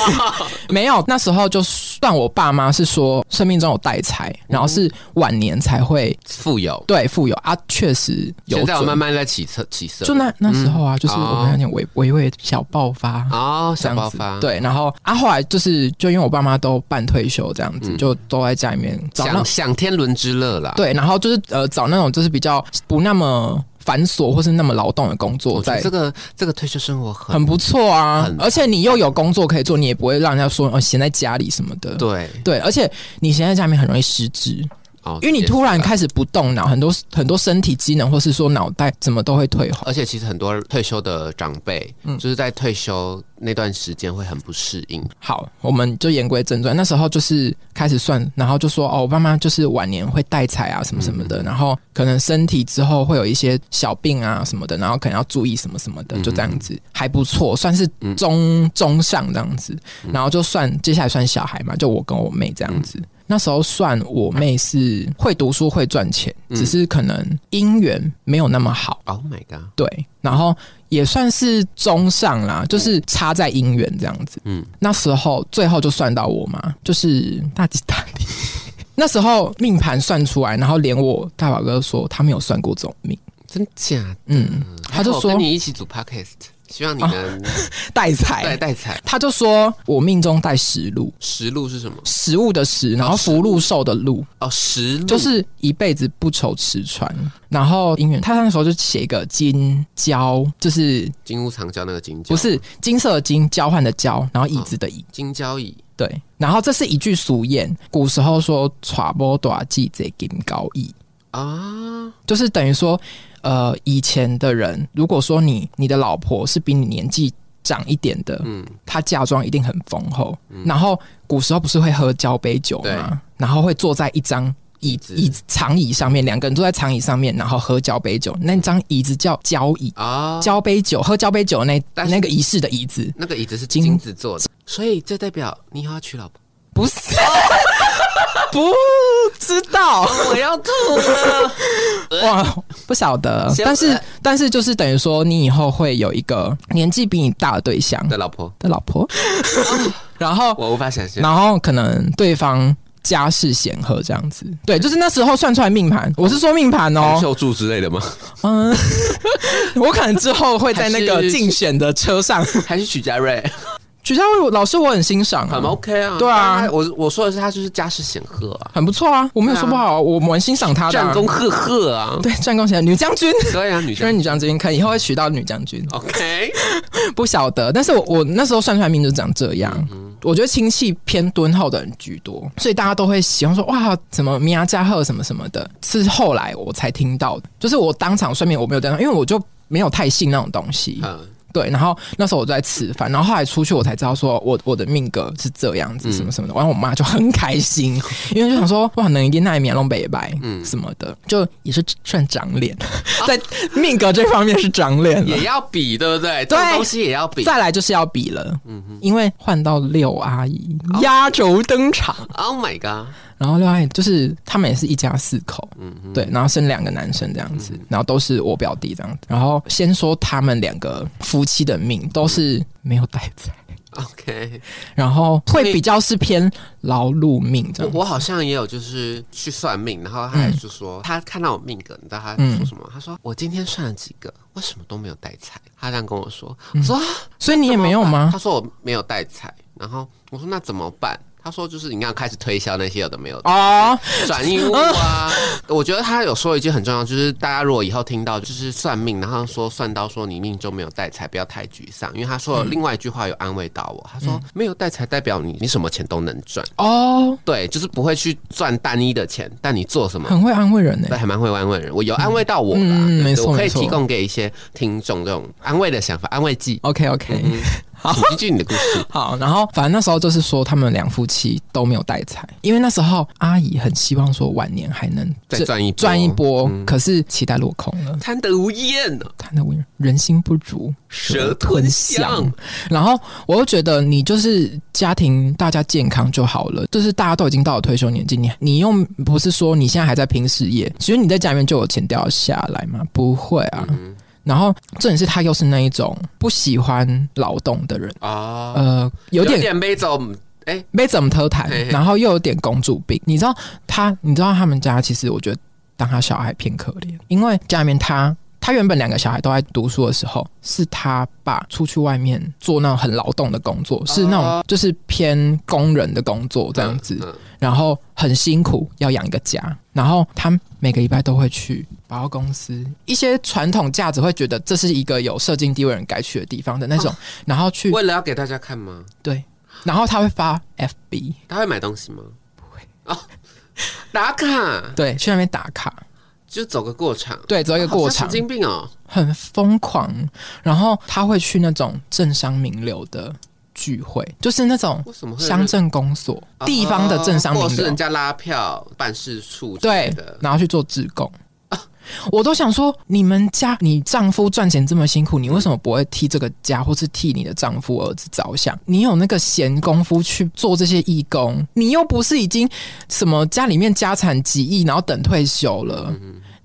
没有，那时候就是但我爸妈是说生命中有带财，然后是晚年才会富有，对富有啊，确实有现在我准慢慢在起色起色，就那那时候啊，就是哦我们有点微微微小爆发。哦，这小样爆子发，，对，然后啊，后来就是就因为我爸妈都半退休这样子，嗯就都在家里面找那享享天伦之乐啦。，对，然后就是呃找那种就是比较不那么繁琐或是那么劳动的工作我觉在得这个这个退休生活很很不错啊很，而且你又有工作可以做，你也不会让人家说哦闲在家里什么的。对对，而且你闲在家里面很容易失职，哦，因为你也是突然啦。开始不动脑，很多很多身体机能或是说脑袋怎么都会退化。而且其实很多退休的长辈，嗯就是在退休那段时间会很不适应。好，我们就言归正传。那时候就是开始算，然后就说哦，我爸妈就是晚年会带财啊什么什么的，然后可能身体之后会有一些小病啊什么的，然后可能要注意什么什么的，就这样子，还不错，算是中、中上这样子。然后就算接下来算小孩嘛，就我跟我妹这样子。那时候算我妹是会读书会赚钱，只是可能姻缘没有那么好， Oh my god！对，然后也算是中上啦，就是差在姻缘这样子。嗯，那时候最后就算到我嘛，就是大吉大利。 那时候命盘算出来，然后连我大宝哥说他没有算过这种命，真假？嗯，他就还好我说哦啊跟你一起组 podcast，希望你能带带财，带彩。他就说我命中带食禄，实录是什么？食物的食，然后福禄寿的禄，哦，实录就是一辈子不愁吃穿。然后姻缘，他那时候就写一个金交，就是金屋藏娇那个金不交，是金色的金交换的交，然后椅子的椅，金交椅。对，然后这是一句俗谚，古时候说“传播大忌贼金高义啊，”，就是等于说，呃，以前的人，如果说你你的老婆是比你年纪长一点的，嗯，她嫁妆一定很丰厚。然后古时候不是会喝交杯酒对吗？然后会坐在一张。椅椅子子椅子长椅上面，两个人坐在长椅上面，然后喝交杯酒。那张椅子叫交椅，啊，交杯酒喝交杯酒那但是那个仪式的椅子，那个椅子是金金子做的，所以这代表你以后要娶老婆。不是， 不知道。我要吐了，哇，不晓得，先但是但是就是等于说，你以后会有一个年纪比你大的对象的老婆，的老婆，啊 然后我无法想象。然后可能对方家世显赫这样子，对，就是那时候算出来命盘，我是说命盘哦，秀柱之类的吗？ 嗯，我可能之后会在那还个是竞选的车上， 还是许家瑞？曲家伟老师我很欣赏、很啊。 OK 啊，对啊他我我说的是他就是家世显赫啊，很不错啊，我没有说不好啊、我蛮欣赏他的、战啊。功赫赫啊，对战功显女将军，对啊，女虽然生女将军可能以后会娶到女将军， OK，不晓得，但是我我那时候算出来名字长这样，我觉得亲戚偏敦厚的人居多，所以大家都会喜欢说哇，什么米啊亚加贺什么什么的，是后来我才听到的，就是我当场算命我没有当场，因为我就没有太信那种东西，嗯，对，然后那时候我就在吃饭，然后后来出去我才知道说我我的命格是这样子什么什么的，然后我妈就很开心，因为就想说哇，能一定那一面弄北白，嗯，什么的，就也是算长脸， 在命格这方面是长脸了，也要比对不对？这种东西也要比嗯再来就是要比了，因为换到六阿姨哦压轴登 场， ，Oh my god，然后六阿姨就是他们也是一家四口，嗯对，然后生两个男生这样子，然后都是我表弟这样子，然后先说他们两个夫妻的命都是没有带财， OK，然后所会以比较是偏劳碌命我这样子，我好像也有就是去算命，然后他还就说、他看到我命格，你知道他说什么？他说我今天算了几个，为什么都没有带财？他这样跟我说，我说、啊所以嗯你也没有吗？他说我没有带财，然后我说那怎么办？他说就是你要开始推销那些有的没有的哦，转移物啊。我觉得他有说一句很重要，就是大家如果以后听到就是算命，然后说算到说你命中没有带财，不要太沮丧，因为他说了另外一句话有安慰到我，他说嗯没有带财代表你你什么钱都能赚，哦，对，就是不会去赚单一的钱，但你做什么。很会安慰人欸呢、对，还蛮会安慰人，我有安慰到我啦，嗯嗯嗯对没错我可以没错提供给一些听众这种安慰的想法、安慰剂。 OK OK，、嗯，请继续你的故事。 好，然后反正那时候就是说他们两夫妻都没有带财，因为那时候阿姨很希望说晚年还能再这赚一波赚一哦波，嗯可是期待落空了。贪得无厌呢，他的人心不足蛇吞象。然后我又觉得你就是家庭大家健康就好了，就是大家都已经到了退休年纪，你你又不是说你现在还在拼事业，其实你在家里面就有钱掉下来嘛，不会啊。然后重点是他又是那一种不喜欢劳动的人，啊，呃，有点点被走哎被怎么偷谈嘿嘿，然后又有点公主病。你知道他，你知道他们家其实我觉得当他小孩偏可怜，因为家里面他。他原本两个小孩都在读书的时候，是他爸出去外面做那种很劳动的工作，是那种就是偏工人的工作这样子。哦嗯然后很辛苦要养一个家，然后他每个礼拜都会去百货公司，一些传统价值会觉得这是一个有社经地位人该去的地方的那种，啊然后去为了要给大家看吗？对，然后他会发 FB，他会买东西吗？不会哦，打卡对，去那边打卡，就走个过场，对，走一个过好像场神，经病哦，很疯狂，然后他会去那种政商名流的聚会，就是那种为什么会啊乡镇公所、地方的政商哦或名者是流人，家拉票办事处之类对的，，然后去做志工。我都想说，你们家你丈夫赚钱这么辛苦，你为什么不会替这个家，或是替你的丈夫儿子着想？你有那个闲工夫去做这些义工，你又不是已经什么家里面家产几亿，然后等退休了？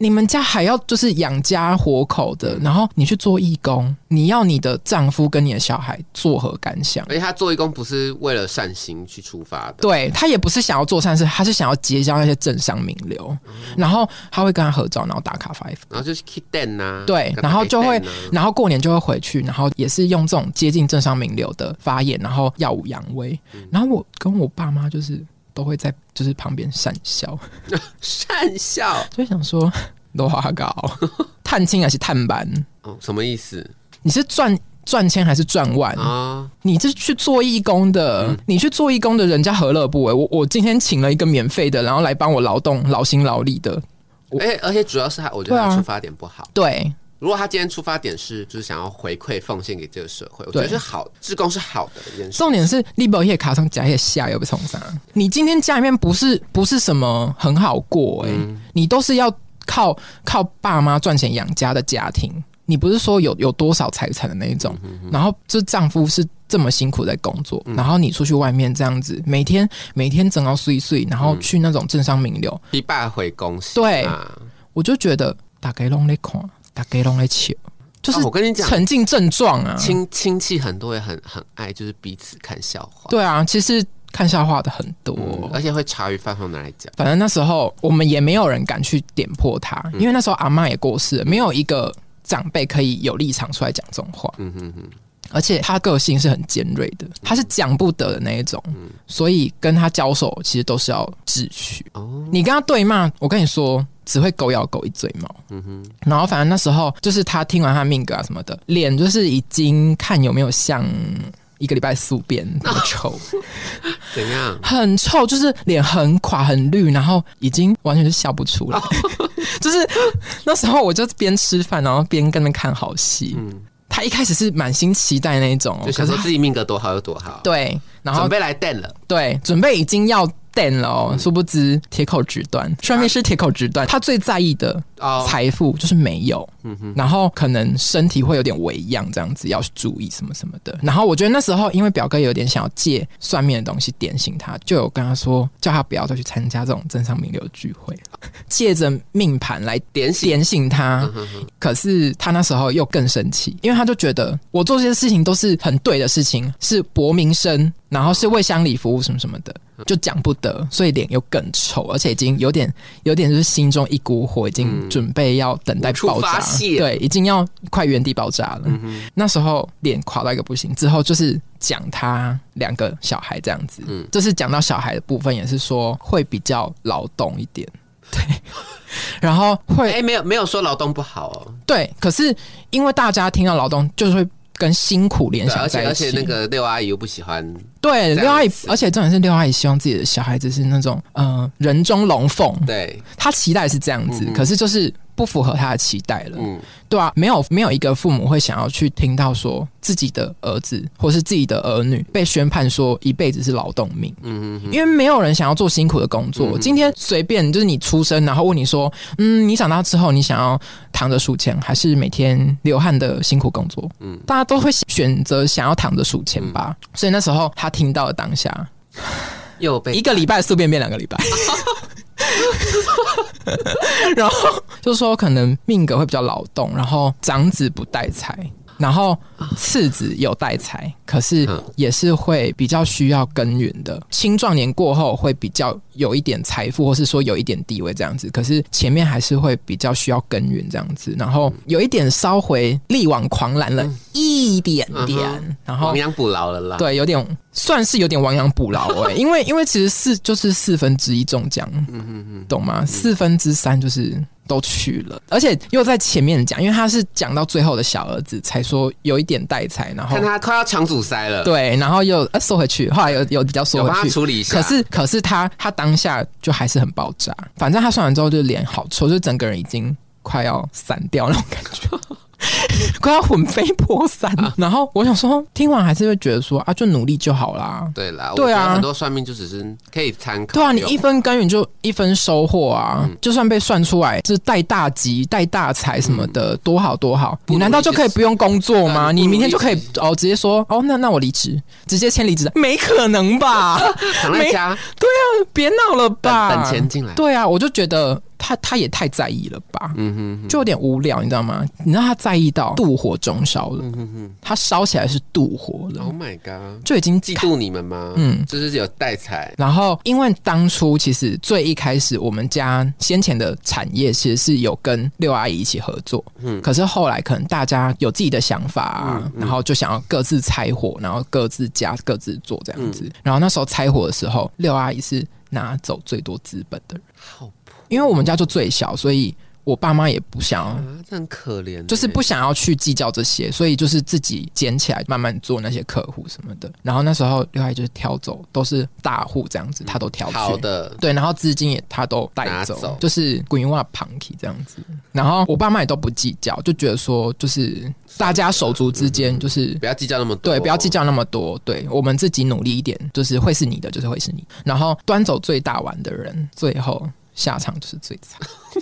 你们家还要就是养家活口的，然后你去做义工，你要你的丈夫跟你的小孩作何感想？而且他做义工不是为了善心去出发的，对他也不是想要做善事，他是想要结交那些政商名流，然后他会跟他合照，然后打卡发一然后就是 kid den 呐，对跟，他然后就会 kid den 啊，然后过年就会回去，然后也是用这种接近政商名流的发言，然后耀武扬威。然后我跟我爸妈就是都会在就是旁边讪笑，善笑就会想说 罗花高探亲还是探班？哦，什么意思你是赚赚钱还是赚万？啊？嗯你是去做义工的，你去做义工的，人家何乐不为？我我今天请了一个免费的，然后来帮我劳动劳心劳力的，我而且哎而且主要是他，我觉得对他啊出发点不好。对如果他今天出发点是就是想要回馈奉献给这个社会，我觉得对是好，志工是好的一件事。重点是立宝叶卡上假叶下又不冲上。你今天家里面不是不是什么很好过哎、嗯你都是要靠靠爸妈赚钱养家的家庭，你不是说有有多少财产的那一种，嗯然后这丈夫是。这么辛苦在工作，然后你出去外面这样子，每天每天整到碎碎，然后去那种政商名流，一败回恭喜，对啊、我就觉得打给龙在看，打给龙在笑，就是啊我跟你讲，沉浸症状啊。亲亲戚很多也很很爱，就是彼此看笑话，对啊，其实看笑话的很多，嗯，而且会茶余饭后拿来讲。反正那时候我们也没有人敢去点破他，嗯因为那时候阿嬷也过世了，没有一个长辈可以有立场出来讲这种话。嗯哼哼，而且他个性是很尖锐的，他是讲不得的那一种，嗯所以跟他交手其实都是要秩序。哦，你跟他对骂，我跟你说。只会狗咬狗一嘴毛，嗯哼，然后反正那时候就是他听完他命格啊什么的，脸就是已经看有没有像一个礼拜宿便那么臭，怎样？很臭，就是脸很垮很绿，然后已经完全就笑不出来。哦 就是那时候我就边吃饭，然后边跟他们看好戏。嗯他一开始是满心期待那一种哦，就可想是说他自己命格多好有多好，，对，然后准备来蛋了，对，准备已经要。淡了哦，殊不知铁口直断。算命师铁口直断，他最在意的哦，财富就是没有，嗯哼，然后可能身体会有点微恙，这样子要注意什么什么的。然后我觉得那时候，因为表哥有点想要借算命的东西点醒他，就有跟他说，叫他不要再去参加这种政商名流聚会，借着命盘来点醒，点醒他。嗯哼哼可是他那时候又更生气，因为他就觉得我做这些事情都是很对的事情，是博民生，然后是为乡里服务什么什么的，嗯就讲不得，所以脸又更臭，而且已经有点有点就是心中一股火，已经准备要等待无处爆炸发，泄嗯对，已经要快原地爆炸了。那时候脸垮到一个不行，之后就是讲他两个小孩这样子，嗯就是讲到小孩的部分，也是说会比较劳动一点，对， 然后会哎、没有没有说劳动不好哦，对，可是因为大家听到劳动，就是会跟辛苦联对，想而且在一而且起。那个六阿姨又不喜欢，对这样六阿姨子，而且重点是六阿姨希望自己的小孩子是那种呃人中龙凤，对，她期待是这样子，嗯嗯可是就是不符合她的期待了，嗯，对啊，没有没有一个父母会想要去听到说自己的儿子或是自己的儿女被宣判说一辈子是劳动命。嗯哼嗯因为没有人想要做辛苦的工作。今天随便就是你出生，然后问你说，嗯，你长大之后你想要躺着数钱，还是每天流汗的辛苦工作？嗯，大家都会选择想要躺着数钱吧。嗯所以那时候他听到了当下，哼，又被一个礼拜宿便变两个礼拜。 然后就说可能命格会比较劳动，然后长子不带财，然后次子有代财，可是也是会比较需要耕耘的。青壮年过后会比较有一点财富，或是说有一点地位这样子，可是前面还是会比较需要耕耘这样子。然后有一点稍回力挽狂澜了一点点，然后亡羊补牢了啦。对，有点算是有点亡羊 补牢哎、因为因为其实四就是四分之一中奖，嗯懂吗？四分之三就是都去了，而且又在前面讲，因为他是讲到最后的小儿子才说有一点带财，然后看他快要抢阻塞了，，对，然后又、呃、收回去，后来有有比较收有帮他回去。处理一下。可是，可是他他当下就还是很爆炸。反正他算完之后就脸好臭，就整个人已经快要散掉那种感觉， 快要魂飞魄散。啊然后我想说，听完还是会觉得说啊，就努力就好啦。对啦，对啊我觉得很多算命就只是可以哦嗯参考对啊，用。你一分耕耘就一分收获啊！就算被算出来是带大吉、带大财什么的，多好多好，嗯不你如难道就可以不用工作吗？离职你明天就可以哦，直接说哦，那那我离职，直接签离职单，没可能 吧？躺在家别闹了等吧！等钱进来，对啊，我就觉得他他也太在意了吧，嗯哼哼，就有点无聊，你知道吗？你知道他在意到妒火中烧了，嗯哼哼他烧起来是妒火了， ，Oh my god，就已经嫉妒你们吗？嗯嗯，就是有带财，然后，因为当初其实最一开始，我们家先前的产业其实是有跟六阿姨一起合作，嗯，可是后来可能大家有自己的想法、啊，嗯然后就想要各自拆伙，然后各自加各自做这样子。嗯然后那时候拆伙的时候，六阿姨是拿走最多资本的人，好破因为我们家就最小，所以我爸妈也不想要啊，这很可怜欸，就是不想要去计较这些，所以就是自己捡起来慢慢做那些客户什么的。然后那时候刘海就是挑走，都是大户这样子，他都挑嗯好去。的，对，然后资金也他都带拿走，走就是滚瓜 punky 这样子。然后我爸妈也都不计较，就觉得说，就是大家手足之嗯间，就是不要计较那么多，对，不要计较那么多。对我们自己努力一点，就是会是你的，就是会是你。然后端走最大碗的人，最后下场就是最惨，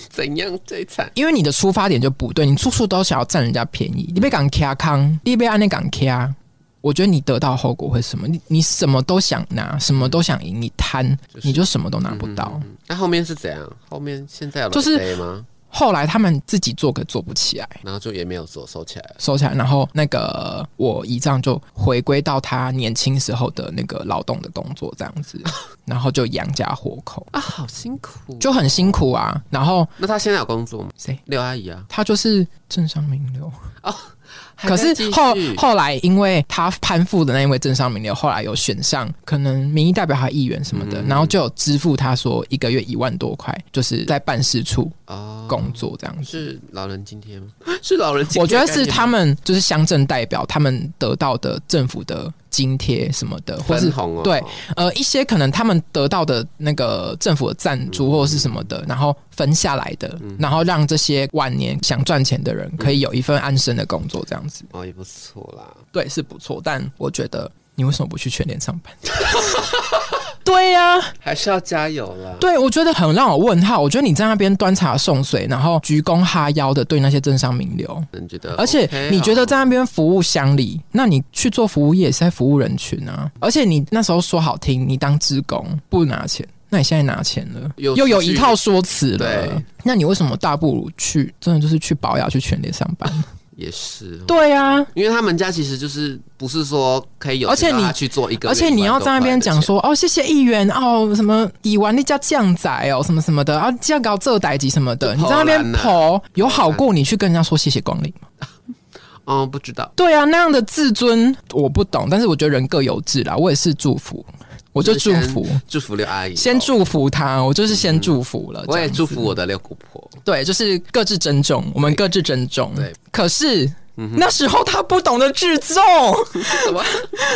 怎样最惨，因为你的出发点就不对，你处处都想要占人家便宜，你被港卡康，你被按那港卡。我觉得你得到后果会是什么？你你什么都想拿，什么都想赢，你贪，你就什么都拿不到。嗯那后面是怎样？后面现在有就是哎 birthday 吗？后来他们自己做可做不起来，然后就也没有做，收起来了。收起来，然后那个我姨丈就回归到他年轻时候的那个劳动的工作这样子，然后就养家活口，啊，好辛苦就很辛苦啊。然后那他现在有工作吗？谁？六阿姨啊。他就是政商名流，还可在是继续后后来因为他攀附的那一位政商名流，后来有选上可能民意代表还议员什么嗯的，然后就有支付他说一个月一万多块，就是在办事处哦，工作这样子。是老人津贴吗？ 是老人津贴，我觉得是他。们就是乡镇代表，他们得到的政府的津贴什么的，或分是红哦，对呃一些可能他们得到的那个政府的赞助或者是什么嗯的，然后分下来的，然后让这些晚年想赚钱的人可以有一份安身的工作，这样子哦也不错啦。对是不错。但我觉得你为什么不去全联上 班？对呀、还是要加油啦。对我觉得很让我问号。我觉得你在那边端茶送水，然后鞠躬哈腰的对那些政商名流，你觉得 OK 啊？而且你觉得在那边服务乡里，那你去做服务业也是在服务人群啊。而且你那时候说好听，你当职工不拿钱，那你现在拿钱了，又又有出去一套说辞了对。那你为什么大不如去真的就是去保养去全联上 班？也是哦，对啊，因为他们家其实就是不是说可以有，而且你去做一个，而且你要在那边讲，说哦，谢谢议员哦，什么以完那家酱仔哦，什么什么的啊，这样搞这代级什么的，就你在那边跑烂啊跑，有好过你去跟人家说谢谢光临吗？哦，不知道，对啊，那样的自尊我不懂，但是我觉得人各有志啦，我也是祝福，我就祝福，祝福六阿姨，哦先，祝福他，我就是先祝福了，嗯我也这样子祝福我的六姑婆，对，就是各自珍重，我们各自珍重。对，嗯可是。那时候他不懂得自重，怎 么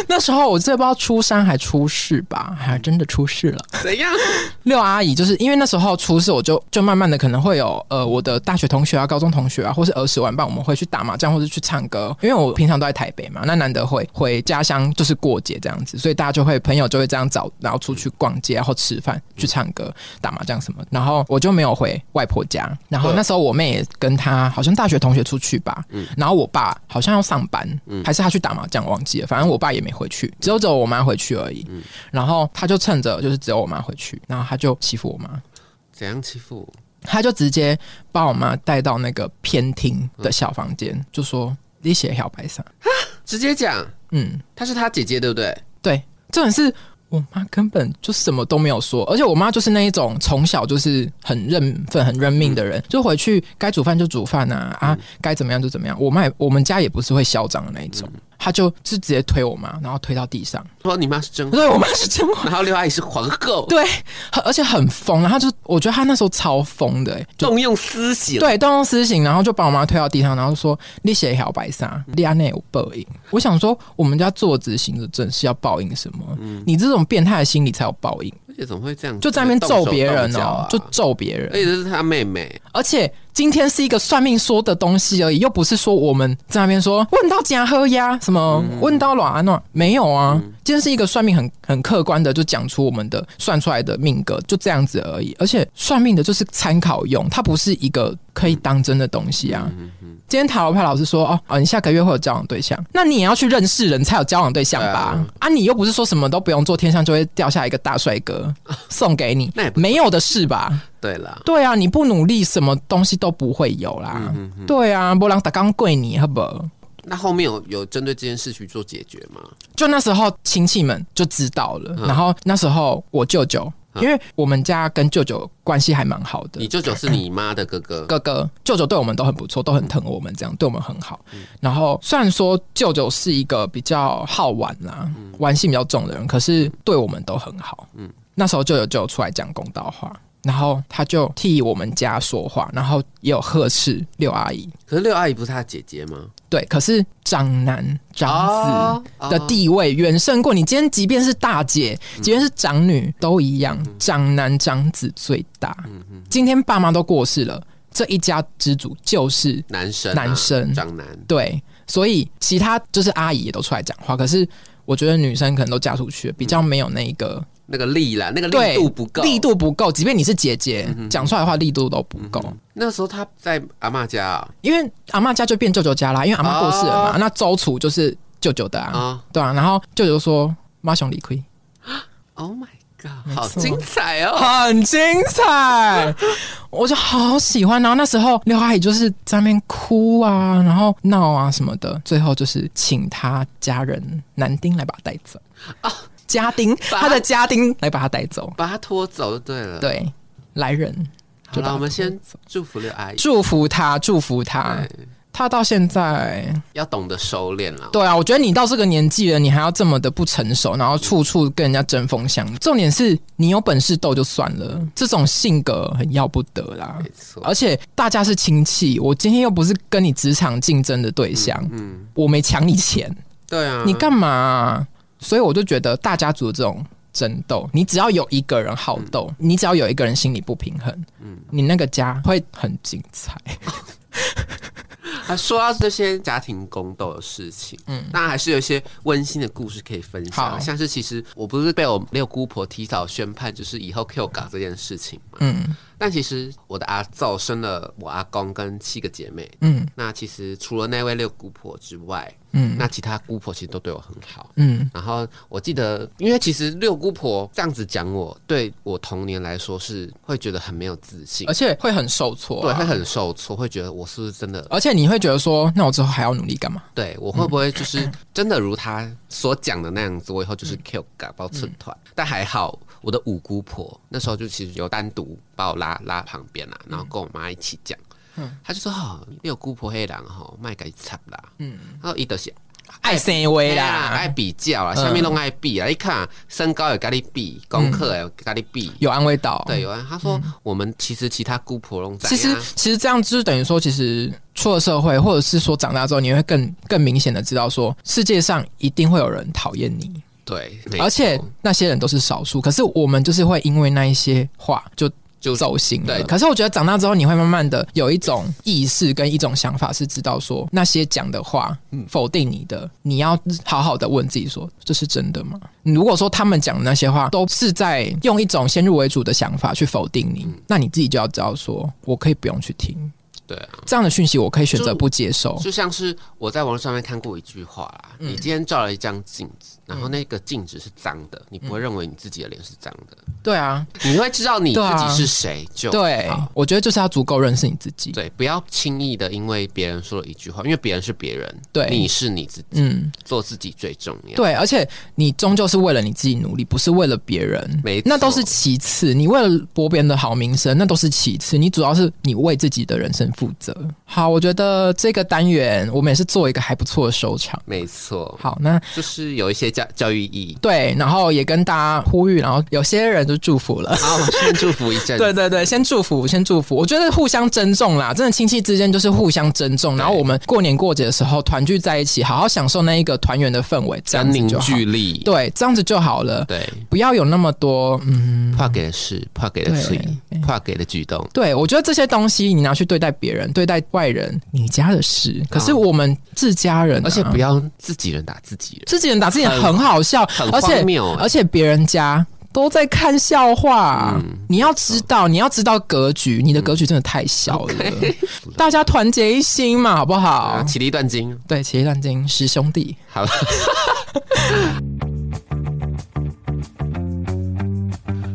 那时候我这不知道出山还出事吧，还真的出事了。怎样？ 六阿姨就是因为那时候出事，我就就慢慢的可能会有呃我的大学同学啊、高中同学啊，或是儿时玩伴，我们会去打麻将或者去唱歌，因为我平常都在台北嘛，那难得会回家乡就是过节这样子，所以大家就会朋友就会这样找，然后出去逛街，然后吃饭、去唱歌、打麻将什么，然后我就没有回外婆家，然后那时候我妹也跟她好像大学同学出去吧，然后我爸好像要上班，还是他去打麻将忘记了，反正我爸也没回去，只有只有我妈回去而已，然后他就趁着就是只有我妈回去，然后他就欺负我妈，怎样欺负我？他就直接把我妈带到那个偏厅的小房间，就说：“你写小白伞，直接讲，嗯，她是他姐姐，对不对？对，重点是我妈根本就什么都没有说，而且我妈就是那一种从小就是很认份、很认命的人，就回去该煮饭就煮饭啊，啊，该怎么样就怎么样。我妈也我们家也不是会嚣张的那一种，她就是直接推我妈，然后推到地上。说你妈是真，对我妈是真然后刘阿姨是皇后，嗯对，很 而且很疯，然后她就我觉得她那时候超疯的、欸，就动用私刑，对，动用私刑，然后就把我妈推到地上，然后说：“你写一条白纱，嗯你安内有报应。”我想说，我们家做执行的正是要报应什么？嗯你这种变态的心理才有报应，而且哎怎么会这样子？就在那嗯边动揍手别人动脚哦啊，就揍别而人。且这是她妹妹，而且今天是一个算命说的东西而已，又不是说我们在那边说问到假喝呀，什么、嗯问到卵安暖，没有啊。今天是一个算命很很客观的，就讲出我们的算出来的命格，就这样子而已。而且算命的就是参考用，它不是一个可以当真的东西嗯啊。今天塔罗牌老师说哦哦，你下个月会有交往对象，那你也要去认识人才有交往对象吧？对啊你又不是说什么都不用做，天上就会掉下一个大帅哥送给你 那也，不没有的事吧？对啦，对啊，你不努力，什么东西都不会有啦。对啊，波浪打刚跪你，好不好？那后面有有针对这件事去做解决吗？就那时候亲戚们就知道了，然后那时候我舅舅，因为我们家跟舅舅关系还蛮好的你，舅舅是你妈的哥哥，哥哥舅舅对我们都很不错，都很疼我们，这样对我们很好。然后虽然说舅舅是一个比较好玩啦、玩性比较重的人，可是对我们都很好。嗯，那时候舅舅就有出来讲公道话。然后他就替我们家说话，然后也有呵斥六阿姨，可是六阿姨不是她姐姐吗？对，可是长男哦长子的地位远胜过你。今天即便是大姐，嗯即便是长女，都一样，长男长子最大。嗯今天爸妈都过世了，这一家之主就是男生、啊男生长男，对，所以其他就是阿姨也都出来讲话，可是。我觉得女生可能都嫁出去了，比较没有那一个那个力啦，那个嗯对力度不够，嗯力。度不够。即便你是姐姐，讲出来的话力度都不够。那时候她在阿嬷家啊，因为阿妈家就变舅舅家啦，因为阿妈过世了嘛，哦那周楚就是舅舅的啊，哦对啊，然后舅舅说妈熊理亏， ，Oh my god，没好错精彩哦！ 很精彩， 我就好喜欢。然啊后那时候刘阿姨就是在那边哭啊，然后闹啊什么的，最后就是请他家人男丁来把他带走啊，家丁，把他的家丁来把他带走，把她拖走就对了。，对，来人，好就把了，他我们拖先走祝福六阿姨，祝福他，祝福他，对他到现在。要懂得收敛了。对啊，我觉得你到这个年纪了，你还要这么的不成熟，然后处处跟人家针锋相对。重点是你有本事斗就算了，这种性格很要不得啦。没错，而且大家是亲戚，我今天又不是跟你职场竞争的对象，嗯，我没抢你钱，对啊，你干嘛啊、所以我就觉得大家族这种争斗，你只要有一个人好斗，你只要有一个人心里不平衡，你那个家会很精彩。啊，说到这些家庭宫斗的事情，嗯，当然还是有一些温馨的故事可以分好享，啊像是其实我不是被我六姑婆提早宣判，就是以后 Q 港这件事情嘛，嗯但其实我的阿祖生了我阿公跟七个姐妹，嗯那其实除了那位六姑婆之外，嗯那其他姑婆其实都对我很好。嗯然后我记得，因为其实六姑婆这样子讲我，对我童年来说是会觉得很没有自信而，且会很受挫、啊对，会。很受挫，会觉得我是不是真的而且你会觉得说，那我之后还要努力干嘛？对我会不会就是真的如他所讲的那样子，我以后就是 Q 嘎包寸团？但还好，我的五姑婆那时候就其实有单独把我拉拉旁边啦、然后跟我妈一起讲。她就说：“哦，六姑婆黑狼吼，卖给惨啦。”嗯，然后伊就是爱嗯生哎威啦，爱比较啦，下面拢爱比啊。你看身高也跟你嗯比，功课也跟你比。有安慰到。对，，有哎啊。她说我们其实其他姑婆拢在。啊嗯其实其实这样就是等于说，其实出了社会，或者是说长大之后，你会更更明显的知道说，世界上一定会有人讨厌你，对，没而且错那些人都是少数。可是我们就是会因为那一些话就。就走心了。对可是我觉得长大之后，你会慢慢的有一种意识跟一种想法，是知道说那些讲的话、嗯否定你的，你要好好的问自己说，这是真的吗？如果说他们讲的那些话都是在用一种先入为主的想法去否定嗯你，那你自己就要知道说，我可以不用去听对啊。这样的讯息，我可以选择就不接受。嗯就像是我在网络上面看过一句话啦，你今天照了一张镜子，然后那个镜子是脏的，你不会认为你自己的脸是脏的，对啊，你会知道你对自己啊是谁就对啊好，我觉得就是要足够认识你自己。对，不要轻易的因为别人说了一句话，因为别人是别人，对你是你自己，嗯，做自己最重要。对，而且你终究是为了你自己努力，不是为了别人没，那都错是其次。你为了博别人的好名声，那都是其次。你主要是你为自己的人生负责。好，我觉得这个单元我们也是做一个还不错的收场。没错，好，那就是有一些教教育意义。对，然后也跟大家呼吁，然后有些人就祝福了。好，我们先祝福一阵。对对对，先祝福，先祝福。我觉得互相珍重啦，真的亲戚之间就是互相珍重。然后我们过年过节的时候团聚在一起，好好享受那一个团圆的氛围，这样将子凝就好。聚力。对，这样子就好了。对，不要有那么多，嗯，怕给的事，怕给的嘴对，怕给的举动。对我觉得这些东西你拿去对待别人、对待外人，你家的事，可是我们自家人啊、而且不要自己人打自己人，自己人打自己人很很好笑，很而且荒谬欸。而且别人家都在看笑话。嗯你要知道，你要知道格局，你的格局真的太小了。 大家团结一心嘛，好不好？啊，起立断经。对，其实战经十兄弟。好了。